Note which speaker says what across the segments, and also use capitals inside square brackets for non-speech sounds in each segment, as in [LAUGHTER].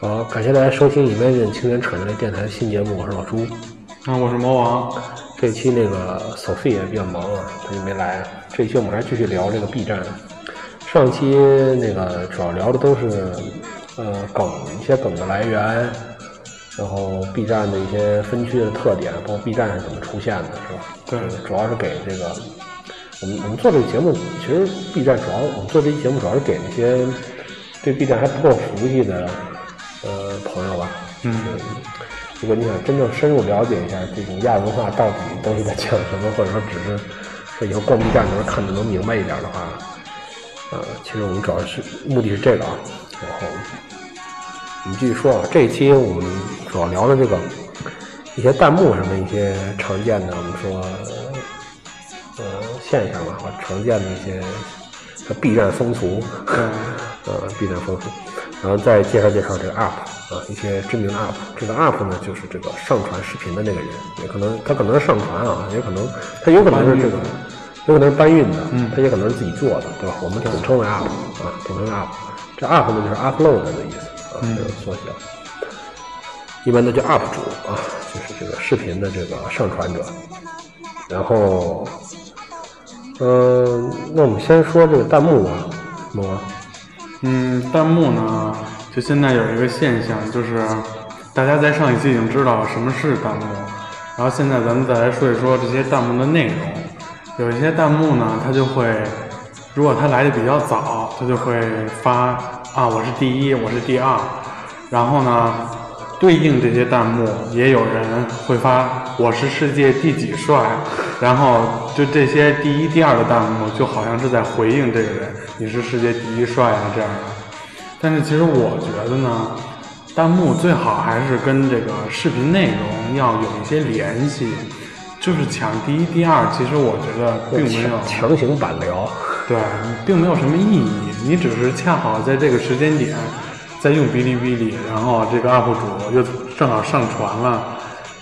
Speaker 1: 好，感谢大家收听 Imagine 青年扯淡电台的新节目，我是老朱。
Speaker 2: 啊，我是魔王。
Speaker 1: 这期那个 Sophie 也比较忙啊，他就没来。这期我们还是继续聊这个 B 站。上期那个主要聊的都是呃梗一些梗的来源，然后 B 站的一些分区的特点，包括 B 站是怎么出现的，是吧？
Speaker 2: 对
Speaker 1: 主要是给这个我们我们做这个节目，其实 B 站主要我们做这期节目主要是给那些对 B 站还不够熟悉的呃朋友吧。
Speaker 2: 嗯，
Speaker 1: 如果你想真正深入了解一下这种亚文化到底都是在讲什么，或者说只是说以后逛 B 站的时候看的能明白一点的话，呃，其实我们主要是目的是这个啊。然后我们继续说啊，这一期我们主要聊的这个一些弹幕上的一些常见的，我们说呃现象吧，或者常见的一些呃 B 站风俗， [LAUGHS] 呃 B 站风俗，然后再介绍介绍这个 UP 啊、一些知名的 UP，这个 UP 呢就是这个上传视频的那个人，也可能他可能是上传啊，也可能他有可能是这个。有可能是搬运的，嗯，他也可能是自己做的，对吧？我们统称为 UP 啊，统称为 UP。这 UP 呢就是 upload 的意思啊，这个缩写。一般都叫 UP 主啊，就是这个视频的这个上传者。然后，嗯、那我们先说这个弹幕吧，萌啊，
Speaker 2: 嗯，弹幕呢，就现在有一个现象，就是大家在上一期已经知道什么是弹幕，然后现在咱们再来说一说这些弹幕的内容。有一些弹幕呢，它就会，如果它来的比较早，它就会发啊，我是第一，我是第二。然后呢，对应这些弹幕也有人会发我是世界第几帅，然后就这些第一、第二的弹幕就好像是在回应这个人你是世界第一帅啊这样的。但是其实我觉得呢，弹幕最好还是跟这个视频内容要有一些联系，就是抢第一、第二，其实我觉得并没有。
Speaker 1: 强行板聊， [LAUGHS]
Speaker 2: 对，并没有什么意义，你只是恰好在这个时间点在用哔哩哔哩，然后这个 UP 主又正好上传了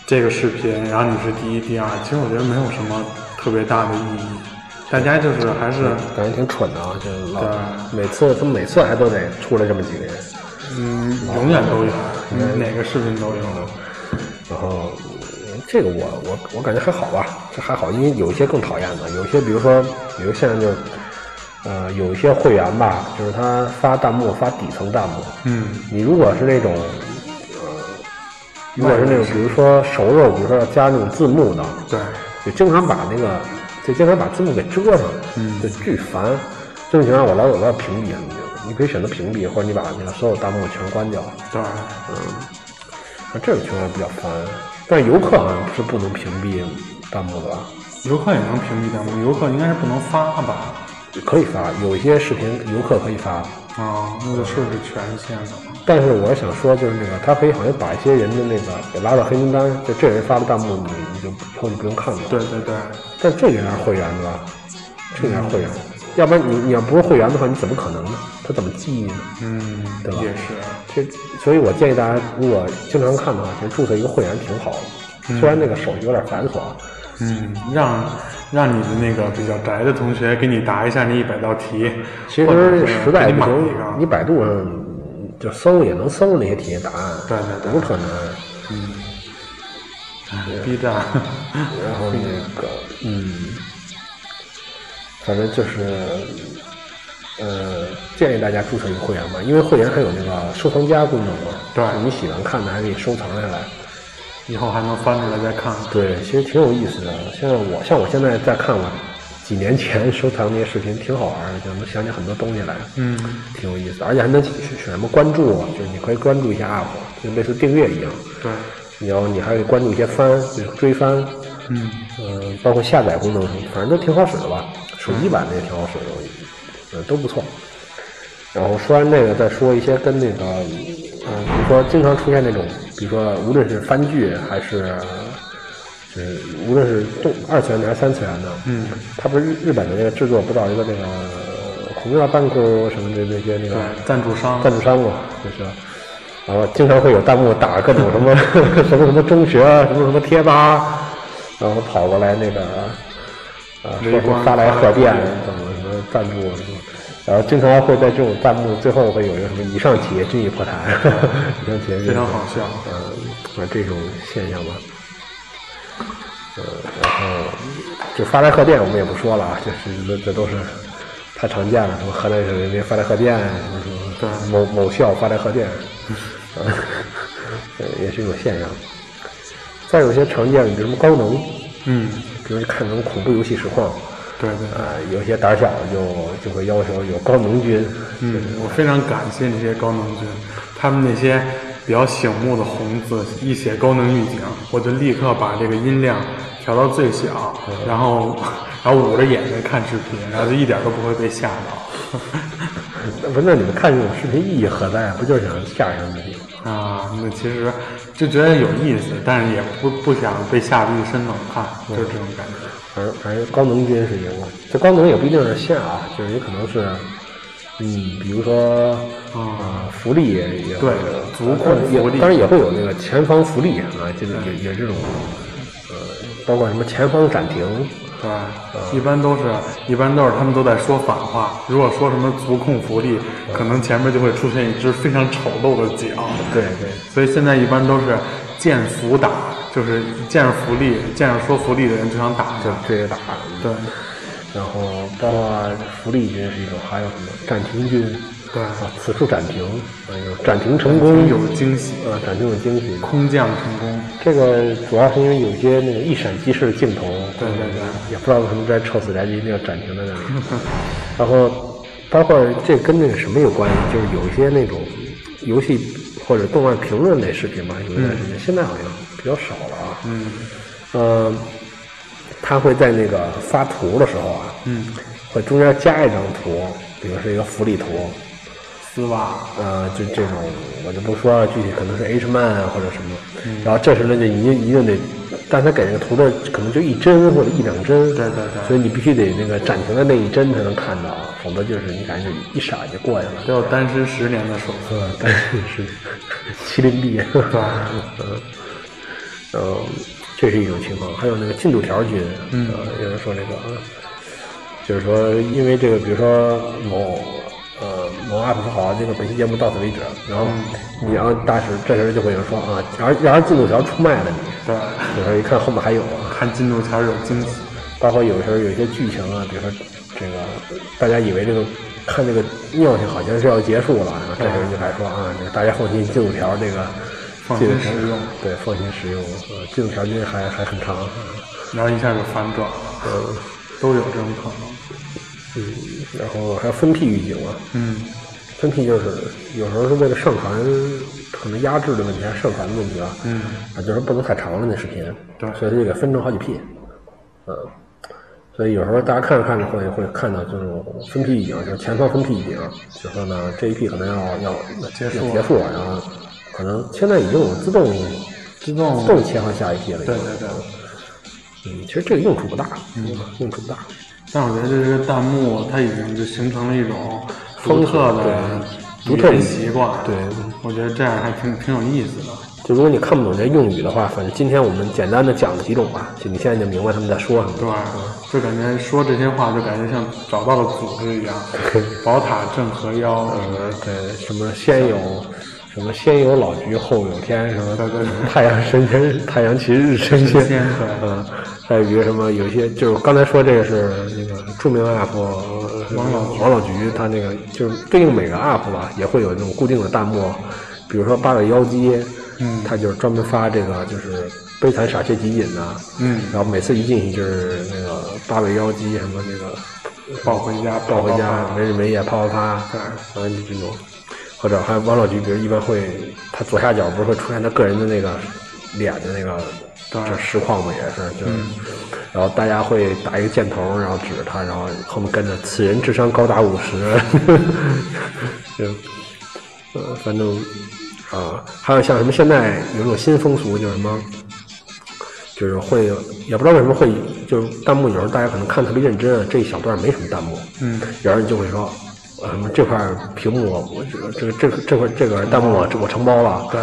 Speaker 2: 这个视频，然后你是第一、第二，其实我觉得没有什么特别大的意义，大家就是还是
Speaker 1: 感觉挺蠢的啊，就老
Speaker 2: 对
Speaker 1: 每次他们每次还都得出来这么几个人，
Speaker 2: 嗯，永远都有，嗯哪个视频都有。
Speaker 1: 然后嗯这个我我我感觉还好吧，这还好，因为有一些更讨厌的，有一些比如说，比如现在就是，呃，有一些会员吧，就是他发弹幕发底层弹幕，
Speaker 2: 嗯，
Speaker 1: 你如果是那种，呃，如果是那种比如说熟肉，比如说要加那种字幕的，
Speaker 2: 对，
Speaker 1: 就经常把那个就经常把字幕给遮上，嗯，就巨烦。这种情况下我老有要屏蔽什么的，你可以选择屏蔽，或者你把那个所有弹幕全关掉。
Speaker 2: 对，
Speaker 1: 啊，这种情况比较烦。但是游客好像是不能屏蔽弹幕的吧？
Speaker 2: 游客也能屏蔽弹幕，游客应该是不能发吧？
Speaker 1: 可以发，有一些视频游客可以发，
Speaker 2: 啊，那就是不是权限了？
Speaker 1: 但是我想说，就是那个他可以好像把一些人的那个给拉到黑名单，就这人发的弹幕你你就以后就不用看了。
Speaker 2: 对对对，
Speaker 1: 但这个人是会员对吧？这个人是会员，要不然你你要不是会员的话，你怎么可能呢？他怎么记忆呢？
Speaker 2: 嗯，
Speaker 1: 对吧
Speaker 2: 也是。
Speaker 1: 这，所以我建议大家，如果经常看的话，其实注册一个会员挺好的，虽然那个手续有点繁琐，啊
Speaker 2: 嗯，让让你的那个比较宅的同学给你答一下那一百道题，
Speaker 1: 其
Speaker 2: 或者
Speaker 1: 实
Speaker 2: 是
Speaker 1: 实在
Speaker 2: 给你
Speaker 1: 不
Speaker 2: 买
Speaker 1: 行
Speaker 2: 一，个。
Speaker 1: 你百度上就搜也能搜那些题答案，
Speaker 2: 对对对
Speaker 1: 不可能。
Speaker 2: B 站，
Speaker 1: 然后那个，嗯，反正就是，呃，建议大家注册一个会员吧，因为会员还有那个收藏夹功能嘛，
Speaker 2: 对
Speaker 1: 你喜欢看的还可以收藏下来。
Speaker 2: 以后还能翻出来再看看。
Speaker 1: 对，其实挺有意思的。现在我像我现在在看我几年前收藏那些视频，挺好玩的，就能想起很多东西来，
Speaker 2: 嗯，
Speaker 1: 挺有意思的，而且还能选什么关注啊，就是你可以关注一下 UP，就类似订阅一样。
Speaker 2: 对，
Speaker 1: 然后你还可以关注一些番，就是追番，
Speaker 2: 嗯，
Speaker 1: 嗯，包括下载功能什么，反正都挺好使的吧。手机版的也挺好使的，呃，都不错。然后说完这个，再说一些跟那个，嗯，比如说经常出现那种，比如说无论是番剧还是，就是无论是动二次元的还是三次元的，嗯，它不是日日本的那个制作不找一个那个红药半库什么的那些那个
Speaker 2: 对，赞助商，
Speaker 1: 赞助商嘛，就是，然后经常会有弹幕打各种什么什么什么中学啊，什么什么贴吧，然后跑过来那个，呃，说是
Speaker 2: 围观
Speaker 1: 发来贺
Speaker 2: 发来贺
Speaker 1: 电
Speaker 2: 电，
Speaker 1: 怎么什么赞助什么，然后经常会在这种弹幕最后会有一个什么“以上企业均已破产”， [LAUGHS] 以上企业均已
Speaker 2: 非常
Speaker 1: 破产
Speaker 2: 好笑。
Speaker 1: 呃，啊这种现象吧。呃，然后就发来贺电，我们也不说了啊，就是这这都是太常见了，什么河南省人民发来贺电，什么什
Speaker 2: 对
Speaker 1: 么某某校发来贺电，呃，呃 [LAUGHS] 也是一种现象。再有一些常见的，比如什么高能，
Speaker 2: 嗯，
Speaker 1: 比如看那种恐怖游戏实况，
Speaker 2: 对对。
Speaker 1: 啊，有些胆小的就就会要求有高能军，
Speaker 2: 嗯，我非常感谢这些高能军，他们那些比较醒目的红字一写高能预警，我就立刻把这个音量调到最小，然后 [LAUGHS] 然后捂着眼睛看视频，然后就一点都不会被吓到。
Speaker 1: 那不是那你们看这种视频意义何在啊？不就是想吓人自己吗？
Speaker 2: 啊，那其实就觉得有意思，但是也不不想被吓得一身冷汗，就是这种感觉。
Speaker 1: 反正反正高能军是赢了，这高能也不一定是线啊，就是也可能是，嗯，比如说，
Speaker 2: 啊
Speaker 1: 呃，福利也也会有
Speaker 2: 对足
Speaker 1: 当然
Speaker 2: 控
Speaker 1: 也
Speaker 2: 福利
Speaker 1: 当然也会有那个前方福利啊，就是也也这种，呃，包括什么前方暂停，
Speaker 2: 对，一般都是，一般都是他们都在说反话。如果说什么足控福利，可能前面就会出现一只非常丑陋的脚。
Speaker 1: 对对，
Speaker 2: 所以现在一般都是见福打，就是见着福利，见着说福利的人就想打
Speaker 1: 就
Speaker 2: 他。
Speaker 1: 这些打，
Speaker 2: 对，
Speaker 1: 然后包括福利军是一种，还有什么暂停军，
Speaker 2: 对
Speaker 1: 啊，此处暂停，啊，有暂停成功，
Speaker 2: 有惊喜，
Speaker 1: 呃，暂停有惊喜，
Speaker 2: 空降成功。
Speaker 1: 这个主要是因为有些那个一闪即逝的镜头，
Speaker 2: 对对对，
Speaker 1: 也不知道为什么在臭死宅急那个暂停在
Speaker 2: [LAUGHS]
Speaker 1: 那里。然后，包括这跟那个什么有关系，就是有一些那种游戏或者动漫评论类视频吧，有一段
Speaker 2: 嗯
Speaker 1: 时间，现在好像比较少了啊。嗯。呃，他会在那个发图的时候啊，嗯，会中间加一张图，比如是一个福利图，
Speaker 2: 丝袜，
Speaker 1: 呃，就这种，我就不说了，具体可能是 H man 啊或者什么，
Speaker 2: 嗯
Speaker 1: 然后这时候呢就一定一定得，但他给那个图的可能就一帧或者一两帧，
Speaker 2: 对对对
Speaker 1: 所以你必须得那个暂停的那一帧才能看到，否则就是你感觉就一闪就过去了，
Speaker 2: 得有单身十年的手速。
Speaker 1: 呃，但是是麒麟臂，嗯
Speaker 2: 对，
Speaker 1: 呃，这是一种情况，还有那个进度条军，嗯、有人说这个，啊就是说因为这个，比如说某呃某 UP 说好，这个本期节目到此为止，然后你然后大使这时候就会有人说啊，然而然而进度条出卖了你，
Speaker 2: 对，
Speaker 1: 有时候一看后面还有啊，
Speaker 2: 看进度条有惊喜。
Speaker 1: 包括有时候有一些剧情啊，比如说这个大家以为这个看这个尿性好像是要结束了，然后这时候就来说啊，这个大家放心，进度条这个
Speaker 2: 放心
Speaker 1: 进度条
Speaker 2: 使用
Speaker 1: 对，放心使用，呃，进度条军还还很长，
Speaker 2: 然后一下就反转了，
Speaker 1: 呃，
Speaker 2: 都有这种可能。
Speaker 1: 嗯，然后还有分批预警啊，
Speaker 2: 嗯，
Speaker 1: 分批就是有时候是为了上传可能压制的问题，还是上传的问题啊，嗯，啊，就是不能太长了那视频，
Speaker 2: 对
Speaker 1: 所以它就给分成好几批，嗯，所以有时候大家看着看着会会看到这种分批预警，就是前方分批预警，就说呢这一批可能要要
Speaker 2: 结束了
Speaker 1: 要结束了，然后可能现在已经有自动
Speaker 2: 自动
Speaker 1: 自动切换下一批了，
Speaker 2: 哦对对对，
Speaker 1: 嗯，其实这个用处不大，嗯，用处不大，
Speaker 2: 但我觉得这是弹幕，它已经就形成了一种独特的
Speaker 1: 对独
Speaker 2: 语
Speaker 1: 特
Speaker 2: 言
Speaker 1: 语
Speaker 2: 习惯。
Speaker 1: 对，
Speaker 2: 我觉得这样还挺挺有意思的。
Speaker 1: 就如果你看不懂这用语的话，反正今天我们简单的讲了几种吧，就你现在就明白他们在说什么。
Speaker 2: 对，就感觉说这些话，就感觉像找到了组织一样。宝塔镇河妖，
Speaker 1: 对，什么先有什么先有老菊后有天，什么
Speaker 2: 对对对
Speaker 1: 太阳升天，太阳其日升
Speaker 2: 升
Speaker 1: 天
Speaker 2: 天对，
Speaker 1: 嗯，还有一个什么，有一些就是刚才说这个是那个著名 UP 呃
Speaker 2: 王老
Speaker 1: 王老菊，他那个就是对应每个 UP 吧，也会有那种固定的弹幕，比如说八尾妖姬，嗯，他就是专门发这个就是悲惨傻缺集锦呐，
Speaker 2: 嗯，
Speaker 1: 然后每次一进去就是那个八尾妖姬什么那个
Speaker 2: 抱回家，
Speaker 1: 抱回家
Speaker 2: 抱抱
Speaker 1: 没日没夜啪啪啪，
Speaker 2: 对
Speaker 1: 反正就这种，或者还有王老吉，比如一般会，他左下角不是会出现他个人的那个脸的那个
Speaker 2: 对嗯
Speaker 1: 这实况嘛，也是就是，然后大家会打一个箭头，然后指着他，然后后面跟着此人智商高达五十， [LAUGHS] 就呃，反正啊，还有像什么现在有一种新风俗，就是什么。就是会，也不知道为什么会，就是弹幕有时候大家可能看特别认真啊，这一小段没什么弹幕，嗯，有人就会说，呃，什么这块屏幕我我这个这个这块这个弹幕我我承包了，
Speaker 2: 对，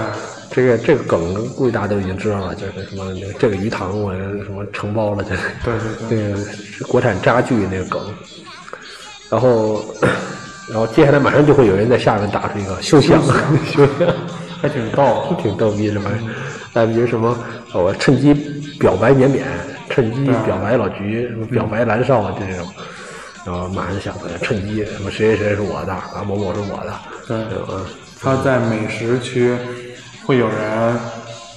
Speaker 1: 这个这个梗估计大家都已经知道了，就是什么那个这个鱼塘我什么承包了，就是
Speaker 2: 对对对
Speaker 1: 那个是国产渣剧那个梗，然后然后接下来马上就会有人在下面打出一个休想， [LAUGHS] 休想，
Speaker 2: 还挺逗。
Speaker 1: 挺逗逼这玩意儿。再比如什么，呃我趁机表白绵绵，趁机表白老菊，什么表白蓝少啊，就这种。然后马上就想回来，趁机什么谁谁谁是我的啊，某某是我的，
Speaker 2: 对
Speaker 1: 嗯嗯
Speaker 2: 它在美食区会有人，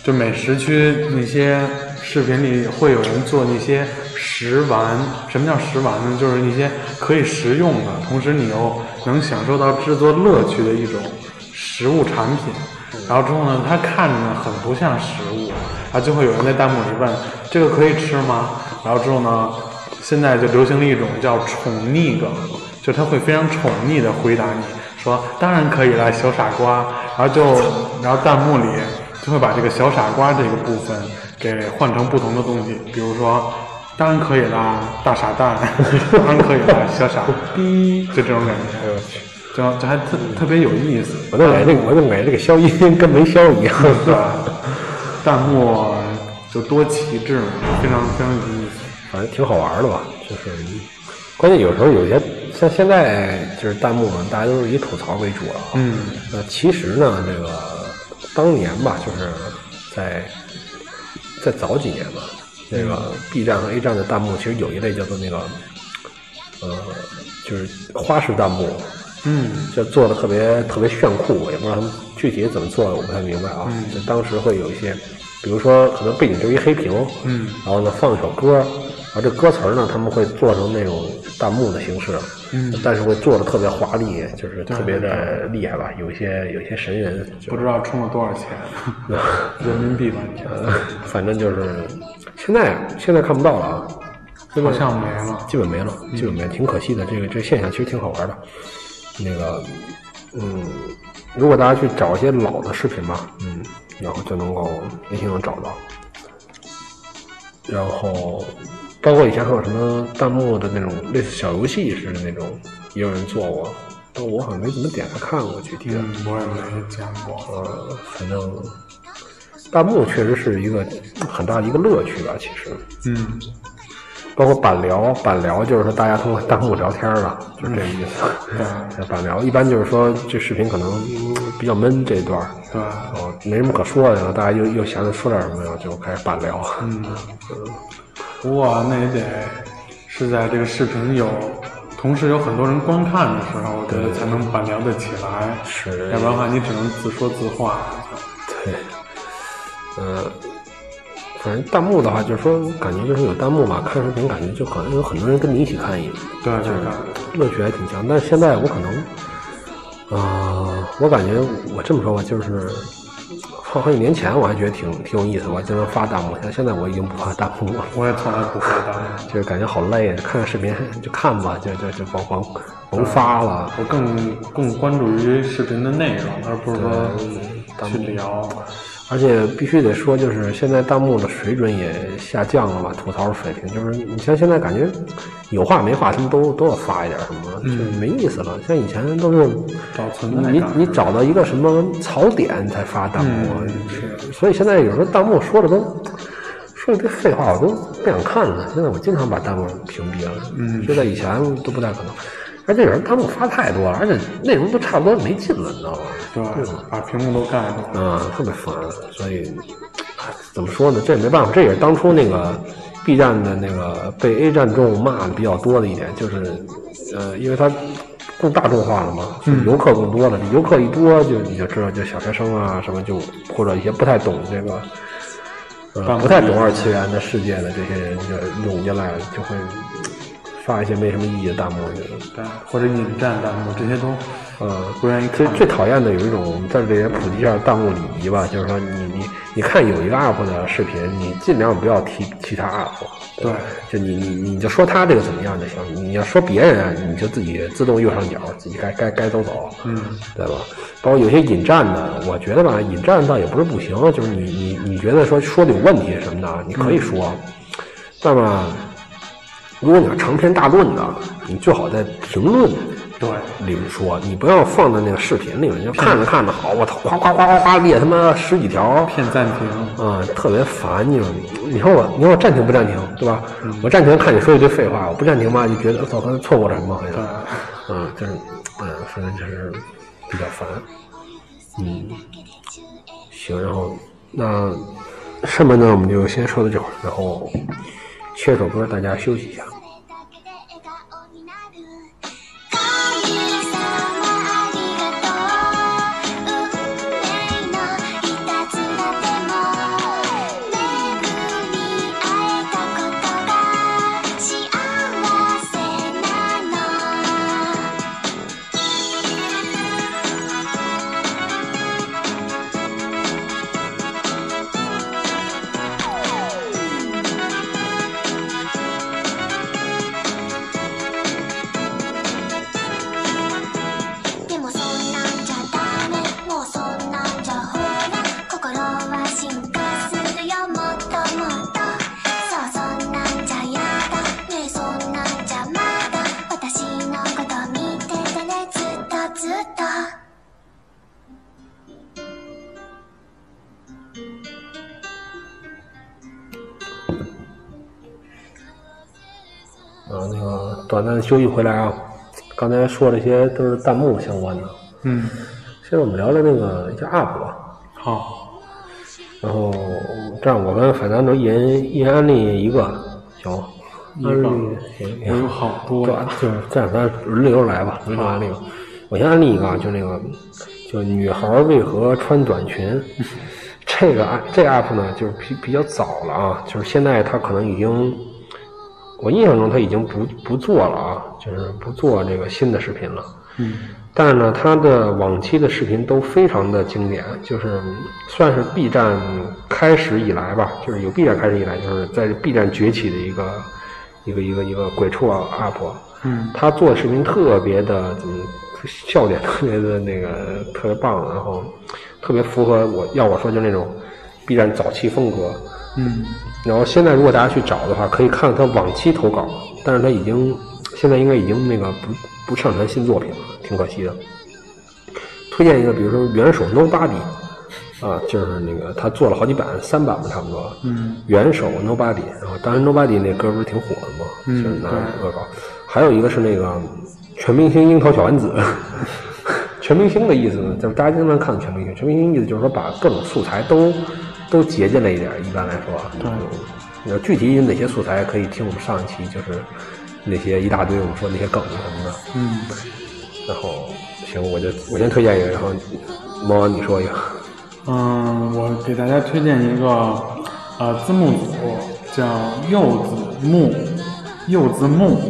Speaker 2: 就美食区那些视频里会有人做那些食玩。什么叫食玩呢？就是一些可以食用的，同时你又能享受到制作乐趣的一种食物产品。然后之后呢，它看着很不像食物，然后就会有人在弹幕里问：“这个可以吃吗？”然后之后呢，现在就流行了一种叫“宠溺梗”，就他会非常宠溺的回答你说：“当然可以了，小傻瓜。”然后就，然后弹幕里就会把这个“小傻瓜”这个部分给换成不同的东西，比如说“当然可以啦，大傻蛋”，“ [LAUGHS] 当然可以啦，小傻逼”，就这种感觉，
Speaker 1: 我去，
Speaker 2: 就就还特特别有意思。
Speaker 1: 我都感觉这个，我都感觉这个消音跟没消一样。
Speaker 2: 对，弹幕就多旗帜嘛，非常非常有意思。
Speaker 1: 反正挺好玩儿的吧，就是关键有时候有些像现在就是弹幕大家都是以吐槽为主了、啊，
Speaker 2: 嗯，
Speaker 1: 呃，其实呢，这个当年吧，就是在在早几年吧，那个 B 站和 A 站的弹幕其实有一类叫做那个呃，就是花式弹幕，
Speaker 2: 嗯，
Speaker 1: 就做的特别特别炫酷，也不知道他们具体怎么做的，我不太明白啊。
Speaker 2: 嗯
Speaker 1: 就当时会有一些，比如说可能背景就是一黑屏，
Speaker 2: 嗯，
Speaker 1: 然后呢放一首歌，然后这歌词儿呢他们会做成那种弹幕的形式，嗯，但是会做的特别华丽，就是特别的厉害吧，有一些有一些神人，就
Speaker 2: 不知道充了多少
Speaker 1: [LAUGHS]
Speaker 2: 钱，人民币吧？你
Speaker 1: 反正就是现在现在看不到了啊，
Speaker 2: 好像没了。
Speaker 1: 基本没了，基本没了，挺可惜的。这个这个现象其实挺好玩的。那个，嗯，如果大家去找一些老的视频吧，嗯，然后就能够一定能找到。然后，包括以前还有什么弹幕的那种类似小游戏似的那种，也有人做过，但我好像没怎么点开看过具体的。
Speaker 2: 嗯，我也没见过。
Speaker 1: 呃，反正弹幕确实是一个很大的一个乐趣吧，其实。
Speaker 2: 嗯，
Speaker 1: 包括板聊，板聊就是说大家通过弹幕聊天儿吧，就是这个意思。
Speaker 2: 对
Speaker 1: 板聊一般就是说这视频可能嗯比较闷这一段儿，
Speaker 2: 对，
Speaker 1: 然后没什么可说的，然后大家又又想着说点什么，然后就开始板聊。嗯，
Speaker 2: 不过那也得是在这个视频有。同时有很多人观看的时候，我觉得才能板聊得起来，
Speaker 1: 是
Speaker 2: 要不然的话你只能自说自话。
Speaker 1: 对，呃，反正弹幕的话，就是说感觉就是有弹幕嘛，看视频感觉就可能有很多人跟你一起看一眼，
Speaker 2: 对对对，
Speaker 1: 乐趣还挺强。但是现在我可能，啊、我感觉我这么说吧，就是好好几年前我还觉得挺挺有意思，我还经常发弹幕，像现在我已经不发弹幕了， [LAUGHS]
Speaker 2: 我也从来不会弹幕。
Speaker 1: 就是感觉好累啊，看看视频就看吧，就就就甭甭甭发了。
Speaker 2: 我更更关注于视频的内容，而不是说
Speaker 1: 弹
Speaker 2: 去聊。
Speaker 1: 而且必须得说，就是现在弹幕的水准也下降了吧？吐槽的水平，就是你像现在感觉有话没话，他们都都要发一点什么，就是没意思了。像以前都是
Speaker 2: 找存在
Speaker 1: 你
Speaker 2: 感。
Speaker 1: 你找到一个什么槽点你才发弹幕，啊
Speaker 2: 是
Speaker 1: 所以现在有时候弹幕说的都说一堆废话，我都不想看了。现在我经常把弹幕屏蔽了，嗯，就在以前都不太可能。而且有人弹幕发太多了，而且内容都差不多没劲了，你知道吗？
Speaker 2: 对，把屏幕都盖住了。
Speaker 1: 嗯，特别烦。所以哎怎么说呢？这也没办法，这也是当初那个 B 站的那个被 A 站众骂的比较多的一点，就是呃，因为它更大众化了嘛，就是游客更多了。游客一多，就你就知道，就小学生啊什么就，或者一些不太懂这个。呃，
Speaker 2: 当
Speaker 1: 不太懂二次元的世界的这些人就涌进来，就会发一些没什么意义的弹幕，我觉得。
Speaker 2: 对，或者引战弹幕，这些都
Speaker 1: 嗯
Speaker 2: 不愿意
Speaker 1: 最
Speaker 2: 看。
Speaker 1: 最讨厌的有一种，我们在这里也普及一下弹幕礼仪吧，就是说你你你看有一个 UP 的视频，你尽量不要提其他 UP，
Speaker 2: 对，
Speaker 1: 就你你你就说他这个怎么样就行，你要说别人，啊你就自己自动右上角，自己该该该走走，嗯，对吧？包括有些引战的，我觉得吧，引战倒也不是不行，就是你你你觉得说说的有问题什么的，你可以说，那么如果你要长篇大论的，你最好在评论
Speaker 2: 对，
Speaker 1: 里面说，你不要放在那个视频里面，你就看着看着好，我操，夸夸夸夸夸列他妈十几条，啊、
Speaker 2: 骗暂停。
Speaker 1: 特别烦你。你说我，你说我暂停不暂停，对吧？哦我暂停看你说一堆废话，我不暂停吧，就觉得我操，刚才错过了什么好像
Speaker 2: 对，，
Speaker 1: 嗯，就是嗯，反正就是比较烦。嗯，行，然后那上半段我们就先说到这会儿，然后切首歌，大家休息一下。
Speaker 3: でもそんなんじゃダメもうそんなんじゃほら心は進化するよもっともっとそうそんなんじゃやだねえそんなんじゃまだ私のこと見ててねずっとずっと
Speaker 1: 啊，那个短暂的休息回来啊，刚才说这些都是弹幕相关的。
Speaker 2: 嗯，
Speaker 1: 现在我们聊聊那个叫 UP 吧，
Speaker 2: 好，
Speaker 1: 然后这样我跟海南都一人一人安利一个，行吗？
Speaker 2: 一
Speaker 1: 安
Speaker 2: 个
Speaker 1: 利行，
Speaker 2: 我有好多
Speaker 1: 对
Speaker 2: 呀，，
Speaker 1: 就是这样，咱轮流来吧，轮流安利吧。我先安利一个，啊，就那个，就女孩儿为何穿短裙？
Speaker 2: [LAUGHS]
Speaker 1: 这个 app- 这 app 呢，就是比比较早了啊，就是现在它可能已经，我印象中它已经不不做了啊，就是不做这个新的视频了。
Speaker 2: 嗯
Speaker 1: 但是呢，它的往期的视频都非常的经典，就是算是 B 站开始以来吧，就是有 B 站开始以来，就是在 B 站崛起的一个一个一个一个鬼畜 UP。
Speaker 2: 嗯
Speaker 1: 他做的视频特别的怎么笑点特别的那个特别棒，然后特别符合我要我说就是那种 B 站早期风格。
Speaker 2: 嗯
Speaker 1: 然后现在如果大家去找的话，可以看他往期投稿，但是他已经现在应该已经那个不不上传新作品了，挺可惜的。推荐一个，比如说元首 Nobody，啊，就是那个他做了好几版，三版吧差不多。
Speaker 2: 嗯
Speaker 1: 元首 Nobody，然后当时 Nobody 那歌不是挺火的吗？
Speaker 2: 嗯
Speaker 1: 就是拿
Speaker 2: 对
Speaker 1: 恶搞。还有一个是那个全明星樱桃小丸子。 [LAUGHS] 全明星的意思呢，就是大家经常看全明星，全明星意思就是说把各种素材都都结进来一点儿。一般来说，
Speaker 2: 对
Speaker 1: 那具体有哪些素材可以听我们上一期，就是那些一大堆我们说那些梗什么的。
Speaker 2: 嗯，
Speaker 1: 然后行，我就我先推荐一个，然后猫你说一个。
Speaker 2: 嗯，我给大家推荐一个，呃，字幕组叫柚子木，柚子木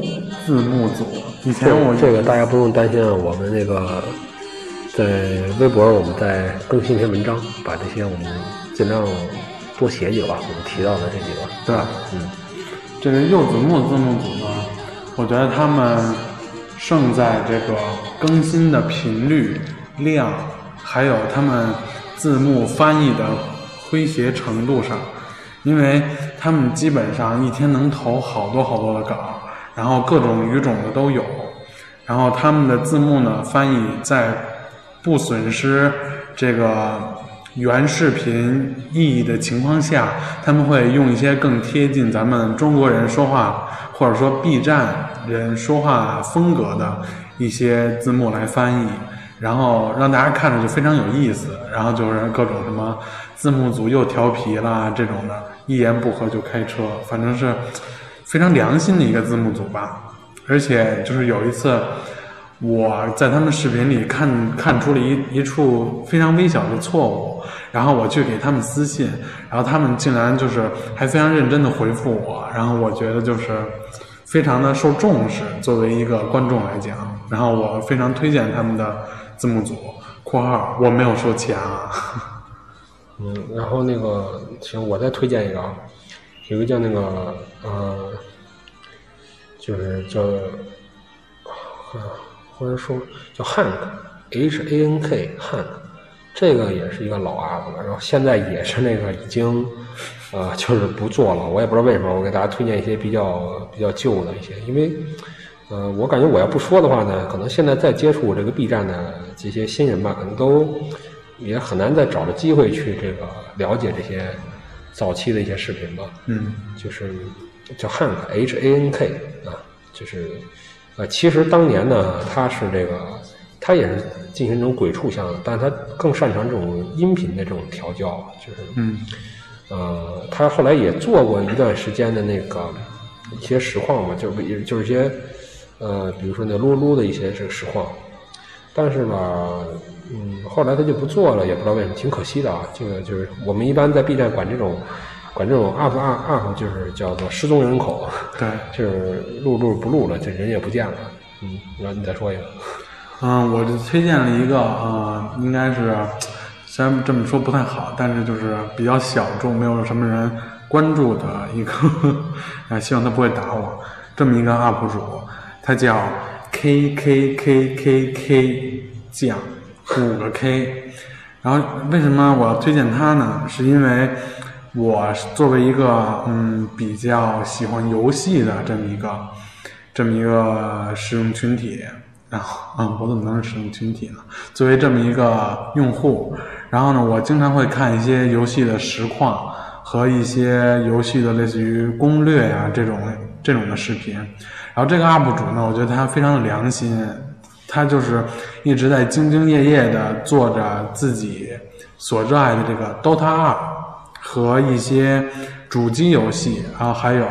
Speaker 2: 字幕组。以前我
Speaker 1: 这个大家不用担心啊，我们那个在微博我们在更新一篇文章，把这些我们尽量多写几个吧，我们提到的这几个。
Speaker 2: 对，
Speaker 1: 嗯，
Speaker 2: 这个柚子木字幕组呢，我觉得他们胜在这个更新的频率、量，还有他们字幕翻译的诙谐程度上，因为他们基本上一天能投好多好多的稿，然后各种语种的都有，然后他们的字幕呢翻译在不损失这个原视频意义的情况下，他们会用一些更贴近咱们中国人说话，或者说 B 站人说话风格的一些字幕来翻译，然后让大家看着就非常有意思。然后就是各种什么字幕组又调皮啦这种的，一言不合就开车，反正是非常良心的一个字幕组吧。而且就是有一次，我在他们视频里看看出了一一处非常微小的错误，然后我去给他们私信，然后他们竟然就是还非常认真的回复我，然后我觉得就是非常的受重视，作为一个观众来讲，然后我非常推荐他们的字幕组（括号我没有收钱啊
Speaker 1: 嗯，然后那个行，我再推荐一个啊，有一个叫那个呃，就是叫，啊，忽然说叫汉 H A N K 汉，这个也是一个老 UP 了，然后现在也是那个已经呃就是不做了，我也不知道为什么，我给大家推荐一些比较比较旧的一些，因为。呃，我感觉我要不说的话呢，可能现在再接触这个 B 站的这些新人吧，可能都也很难再找着机会去这个了解这些早期的一些视频吧。）。
Speaker 2: 嗯
Speaker 1: 就是叫 Hank H A N K 啊，就是呃，其实当年呢，他是这个
Speaker 4: 他也是进行这种鬼畜向的，但是他更擅长这种音频的这种调
Speaker 1: 啊
Speaker 4: 教，就是
Speaker 2: 嗯
Speaker 4: 呃，他后来也做过一段时间的那个一些实况嘛，就是也就是一些呃，比如说那撸撸的一些这个实况，但是吧，嗯，后来他就不做了，也不知道为什么，挺可惜的啊。这个就是我们一般在 B 站管这种管这种 UP UP UP 就是叫做失踪人口， [LAUGHS]
Speaker 2: 对，
Speaker 4: 就是录录不录了，这人也不见了。嗯，然后你再说一个，
Speaker 2: 嗯，我就推荐了一个，呃，应该是，虽然这么说不太好，但是就是比较小众，没有什么人关注的一个，啊，希望他不会打我。这么一个 UP 主，他叫 K K K K K 酱，五个 K。然后为什么我要推荐他呢？是因为我是作为一个嗯比较喜欢游戏的这么一个这么一个使用群体，然后啊，我怎么能是使用群体呢？作为这么一个用户，然后呢，我经常会看一些游戏的实况和一些游戏的类似于攻略啊这种这种的视频。然后这个 UP 主呢，我觉得他非常的良心，他就是一直在兢兢业业的做着自己所热爱的这个 DOTA 二和一些主机游戏，然后还有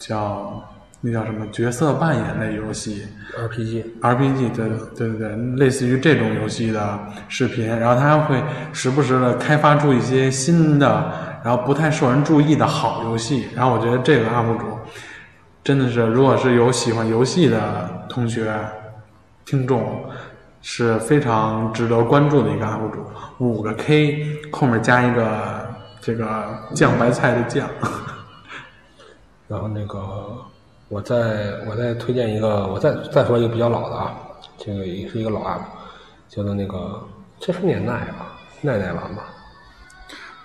Speaker 2: 叫那叫什么角色扮演类游戏，
Speaker 4: RPG
Speaker 2: RPG，对对对对，类似于这种游戏的视频，然后它会时不时的开发出一些新的，然后不太受人注意的好游戏。然后我觉得这个 UP 主真的是，如果是有喜欢游戏的同学听众，是非常值得关注的一个 UP 主。五个 K 后面加一个这个酱白菜的酱，
Speaker 4: 然后那个，我再我再推荐一个，我再再说一个比较老的啊，这个也是一个老 app，叫做那个，这是念奈吧，奈奈玩吧，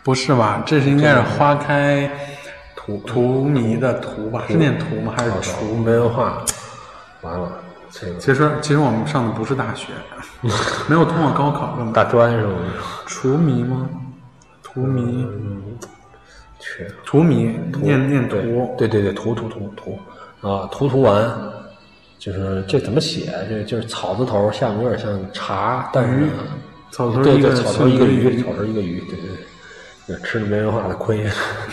Speaker 2: 不是吧？这是应该是花开。
Speaker 4: 图
Speaker 2: 荼蘼的荼吧，是念荼吗？还是
Speaker 4: 图
Speaker 2: 除？
Speaker 4: 没文化，完了，这个
Speaker 2: 其实，其实我们上的不是大
Speaker 4: [LAUGHS]
Speaker 2: 学，没有通过高考，根本。
Speaker 4: 大专是吗？
Speaker 2: 除蘼吗？
Speaker 4: 嗯
Speaker 2: 荼蘼，
Speaker 4: 去，
Speaker 2: 荼蘼，念念
Speaker 4: 对
Speaker 2: 荼。
Speaker 4: 对对对，图图图图啊，图图丸，就是这怎么写？这就是草字头，下面有点像茶，但是呢
Speaker 2: 草头
Speaker 4: 嗯对
Speaker 2: 一
Speaker 4: 对，
Speaker 2: 个
Speaker 4: 草头一个
Speaker 2: 孙子
Speaker 4: 鱼，草头一个鱼，对对对，那吃着没文化的亏。 [LAUGHS]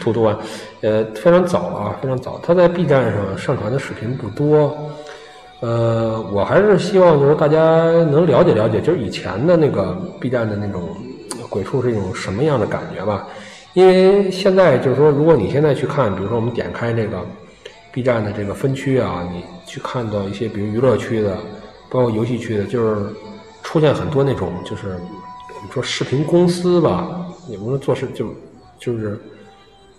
Speaker 4: 图图啊，呃，非常早啊，非常早。他在 B 站上上传的视频不多，呃，我还是希望就是大家能了解了解，就是以前的那个 B 站的那种呃鬼畜是一种什么样的感觉吧。因为现在就是说，如果你现在去看，比如说我们点开这个 B 站的这个分区啊，你去看到一些比如娱乐区的，包括游戏区的，就是出现很多那种就是我们说视频公司吧，也不是做事就就是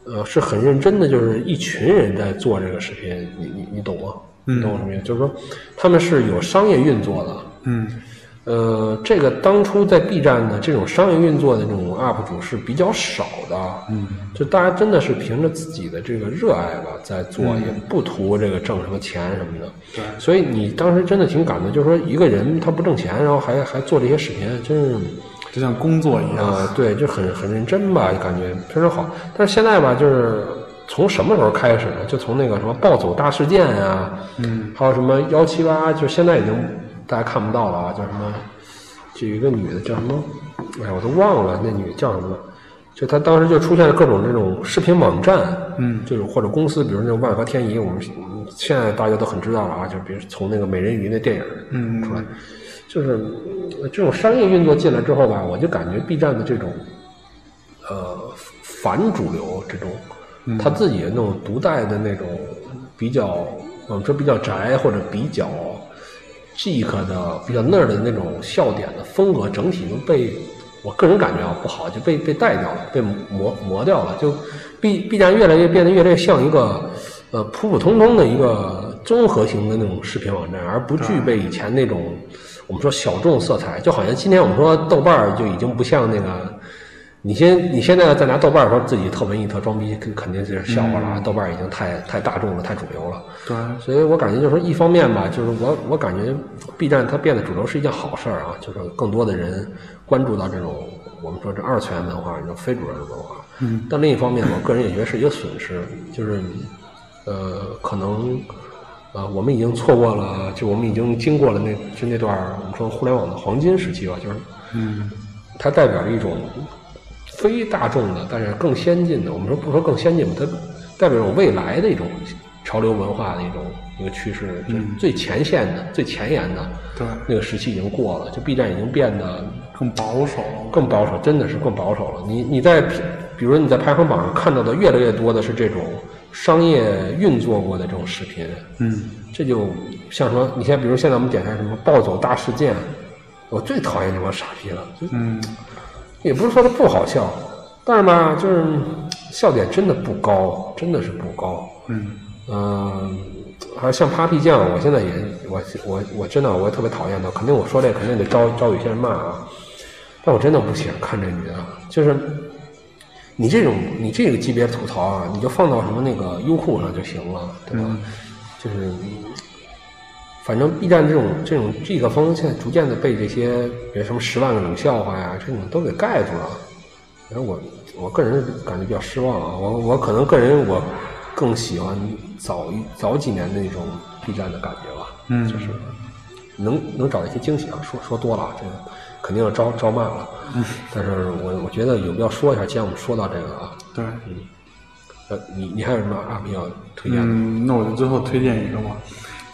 Speaker 4: 呃是很认真的，就是一群人在做这个视频，你你你懂吗？你懂我什么意思？就是说他们是有商业运作的，
Speaker 2: 嗯，
Speaker 4: 呃，这个当初在 B 站呢，这种商业运作的这种 UP 主是比较少的，嗯，就大家真的是凭着自己的这个热爱吧，在做，也不图这个挣什么钱什么的，
Speaker 2: 对
Speaker 4: 所以你当时真的挺感动，就是说一个人他不挣钱，然后还还做这些视频，真是。
Speaker 2: 就像工作一样。
Speaker 4: 啊，对，就很很认真吧，感觉非常好。但是现在吧，就是从什么时候开始呢？就从那个什么暴走大事件啊，嗯，还有什么幺七八，就现在已经大家看不到了啊，叫什么？就有一个女的叫什么？哎，我都忘了那女的叫什么了。就她当时就出现了各种这种视频网站，嗯，就是或者公司，比如那种万和天宜，我们我们现在大家都很知道了啊，就比如从那个美人鱼那电影嗯出来，就是嗯这种商业运作进来之后吧，我就感觉 B 站的这种呃反主流这种，他自己的那种独带的那种比较，我们说比较宅或者比较呃 geek 的、比较 nerd 的那种笑点的风格，整体都被我个人感觉啊不好，就被被带掉了，被磨磨掉了，就 B B 站越来越变得越来越像一个呃普普通通的一个综合型的那种视频网站，而不具备以前那种。我们说小众色彩，就好像今天我们说豆瓣儿就已经不像那个你先，你现在再拿豆瓣儿说自己特文艺、特装逼，肯肯定是笑话了啊。豆瓣儿已经太太大众了，太主流了。
Speaker 2: 对，
Speaker 4: 所以我感觉就是说，一方面吧，就是我我感觉 B 站它变得主流是一件好事儿啊，就是更多的人关注到这种我们说这二次元文化，这种非主流文化。嗯。但另一方面，我个人也觉得是一个损失，就是呃，可能啊，我们已经错过了，就我们已经经过了那就那段儿我们说互联网的黄金时期吧，就是
Speaker 2: 嗯
Speaker 4: 它代表着一种非大众的，但是更先进的。我们说不说更先进吧，它代表着未来的一种潮流文化的一种一个趋势，就是最前线的、最前沿的
Speaker 2: 对，
Speaker 4: 那个时期已经过了。就 B 站已经变得
Speaker 2: 更保守了。
Speaker 4: 更保守，真的是更保守了。你你在比如说你在排行榜上看到的越来越多的是这种商业运作过的这种视频，
Speaker 2: 嗯，
Speaker 4: 这就像说你像比如现在我们点开什么暴走大事件，我最讨厌这帮傻逼了，就
Speaker 2: 嗯，
Speaker 4: 也不是说它不好笑，但是吧，就是嗯笑点真的不高，真的是不高。
Speaker 2: 嗯，
Speaker 4: 嗯，还有像 Papi 酱，我现在也我我我真的我也特别讨厌他，肯定我说这肯定得招招有些人骂啊。但我真的不喜欢看这女的，就是你这种你这个级别吐槽啊，你就放到什么那个优酷上就行了，对吧？就是反正 B 站这种这种这个风，现在逐渐的被这些比如什么十万个冷笑话呀这种都给盖住了。反正我我个人感觉比较失望啊，我我可能个人我更喜欢早一早几年的那种 B 站的感觉吧，
Speaker 2: 嗯
Speaker 4: 就是能能找到一些惊喜啊。说说多了啊，这个肯定要招招骂了，但是我我觉得有必要说一下，既然我们说到这个啊，
Speaker 2: 对，
Speaker 4: 呃，你你还有什么 UP 要推荐的？
Speaker 2: 嗯，那我就最后推荐一个吧，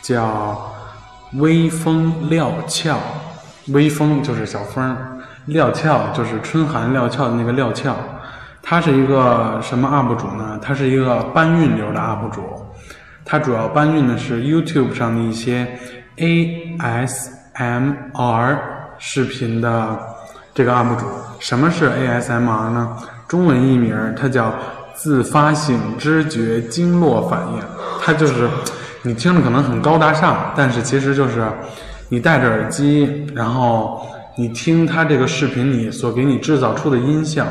Speaker 2: 叫“微风料峭”。微风就是小风儿，料峭就是春寒料峭的那个料峭。他是一个什么 UP 主呢？他是一个搬运流的 UP 主，他主要搬运的是 YouTube 上的一些 ASMR 视频的这个 UP 主。什么是 ASMR 呢？中文译名儿它叫自发性知觉经络反应，它就是你听着可能很高大上，但是其实就是你戴着耳机，然后你听它这个视频里所给你制造出的音效，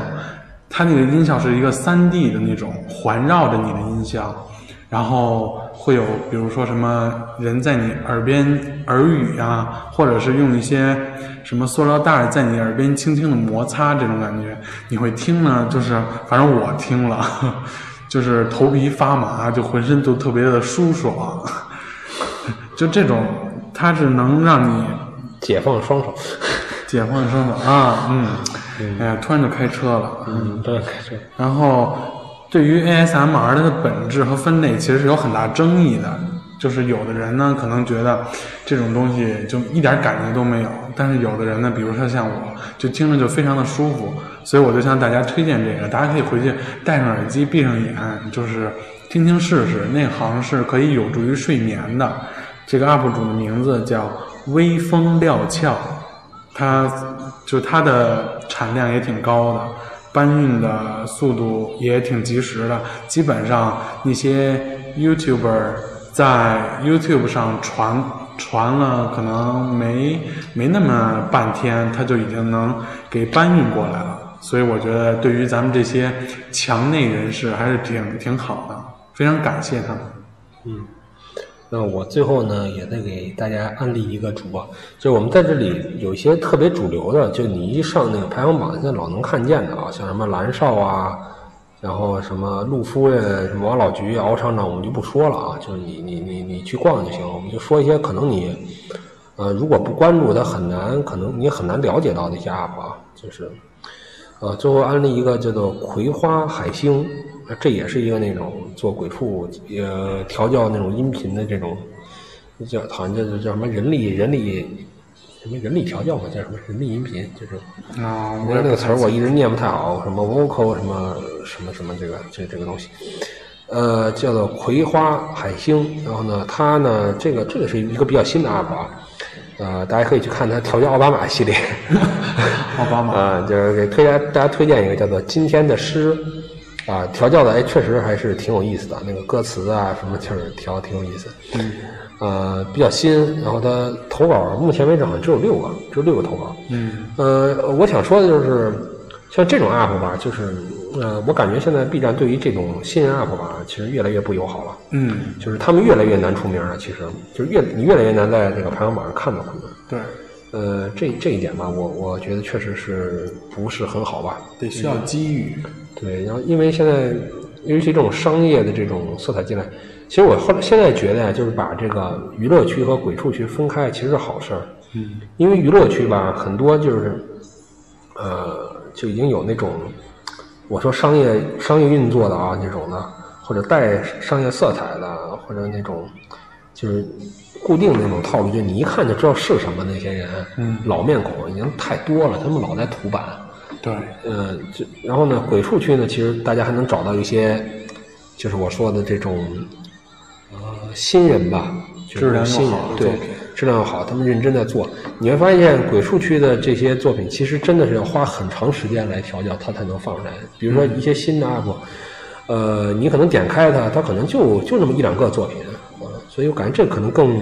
Speaker 2: 它那个音效是一个3 D 的那种环绕着你的音效。然后会有比如说什么人在你耳边耳语啊，或者是用一些什么塑料袋儿在你耳边轻轻的摩擦这种感觉，你会听呢，就是反正我听了， [LAUGHS] 就是头皮发麻，就浑身就特别的舒爽， [LAUGHS] 就这种它是能让你
Speaker 4: 解放双手，
Speaker 2: 解放双手啊，嗯，哎呀，突然就开车了，
Speaker 4: 嗯，真的开车。
Speaker 2: 然后，对于 ASMR 的本质和分类，其实是有很大争议的。就是有的人呢，可能觉得这种东西就一点感觉都没有；但是有的人呢，比如说像我，就听着就非常的舒服。所以我就向大家推荐这个，大家可以回去戴上耳机，闭上眼，就是听听试试。那好像是可以有助于睡眠的。这个 UP 主的名字叫微风料峭，它就它的产量也挺高的，搬运的速度也挺及时的。基本上那些 YouTuber 在 YouTube 上传传了，可能没没那么半天，它就已经能给搬运过来了。所以我觉得，对于咱们这些墙内人士，还是挺挺好的，非常感谢他们。
Speaker 4: 那我最后呢，也再给大家安利一个主播，就是我们在这里有一些特别主流的，就你一上那个排行榜，现在老能看见的啊，像什么蓝少啊，然后什么陆夫人、什么王老菊、敖厂长，我们就不说了啊，就是你你你你去逛就行，我们就说一些可能你，呃，如果不关注它，很难，可能你也很难了解到的一些 UP 啊，就是，呃，最后安利一个叫做葵花海星，呃这也是一个那种做鬼畜呃调教那种音频的这种，叫好像叫叫什么人力人力什么人力调教嘛，叫什么人力音频，就是
Speaker 2: 啊、
Speaker 4: 我
Speaker 2: 我
Speaker 4: 觉得
Speaker 2: 也
Speaker 4: 那个词儿我一直念不太好，什么 vocal 什么什么什么这个这这个东西，呃，叫做葵花海星。然后呢，它呢这个这个是一个比较新的 UP 啊，呃，大家可以去看它调教奥巴马系列。 [LAUGHS]
Speaker 2: 奥巴马，
Speaker 4: 啊，就是给推荐大家推荐一个叫做《今天的诗》，啊，调教的哎，确实还是挺有意思的，那个歌词啊什么就是调得挺有意思，嗯，呃，比较新，然后他投稿目前为止好像只有六个，只有六个投稿，
Speaker 2: 嗯，
Speaker 4: 呃，我想说的就是，像这种 UP 吧，就是呃，我感觉现在 B 站对于这种新人 UP 吧，其实越来越不友好了。
Speaker 2: 嗯，
Speaker 4: 就是他们越来越难出名了，其实就是越你越来越难在这个排行榜上看到他们。
Speaker 2: 对，
Speaker 4: 呃，这这一点吧，我我觉得确实是不是很好吧？
Speaker 2: 嗯得需要机遇。
Speaker 4: 对，然后因为现在尤其这种商业的这种色彩进来，其实我后来现在觉得呀，就是把这个娱乐区和鬼畜区分开，其实是好事儿。
Speaker 2: 嗯，
Speaker 4: 因为娱乐区吧，很多就是，呃，就已经有那种，我说商业商业运作的啊，这种的，或者带商业色彩的，或者那种就是固定的那种套路，就你一看就知道是什么那些人，
Speaker 2: 嗯
Speaker 4: 老面孔已经太多了，他们老在涂版，
Speaker 2: 对，
Speaker 4: 呃，这然后呢，鬼畜区呢，其实大家还能找到一些，就是我说的这种，呃，新人吧，就是
Speaker 2: 质量又
Speaker 4: 新人
Speaker 2: 好的
Speaker 4: 对
Speaker 2: 作品，
Speaker 4: 质量又好，他们认真在做。你会发现，鬼畜区的这些作品，其实真的是要花很长时间来调教，它才能放出来。比如说一些新的 UP，、呃，你可能点开它，它可能就就那么一两个作品，呃所以我感觉这可能更。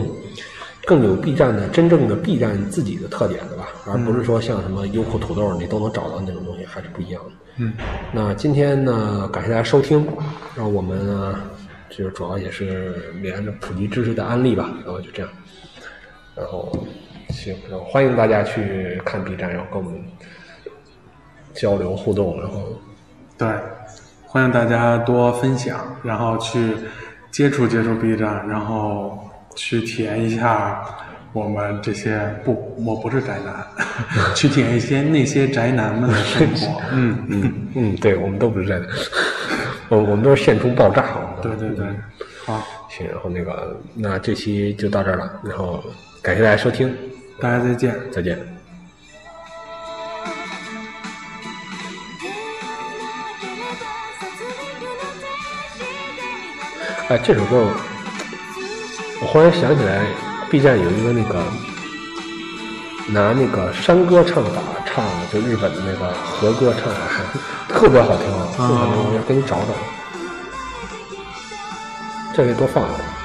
Speaker 4: 更有 B 站的真正的 B 站自己的特点的吧，而不是说像什么优酷、土豆你都能找到那种东西，还是不一样的。
Speaker 2: 嗯，
Speaker 4: 那今天呢，感谢大家收听，然后我们呢，就是主要也是连着普及知识的案例吧，然后就这样，然后行，然后欢迎大家去看 B 站，然后跟我们交流互动，然后
Speaker 2: 对，欢迎大家多分享，然后去接触接触 B 站，然后去体验一下我们这些不，我不是宅男， [LAUGHS] 去体验一些那些宅男们的生
Speaker 4: [LAUGHS]
Speaker 2: 活。嗯嗯，
Speaker 4: 嗯，对我们都不是在，
Speaker 1: [LAUGHS]
Speaker 4: 我我们都是现充爆炸，我们都
Speaker 2: 对对对，好，
Speaker 4: 行，然后那个那这期就到这儿了，然后感谢大家收听，
Speaker 2: 大家再见。
Speaker 4: 再见。哎，这首歌我我忽然想起来，B 站有一个那个拿那个山歌唱法唱的，就日本的那个和歌唱法，特别好听啊！特别好听，我要给你找找，这个多放一放。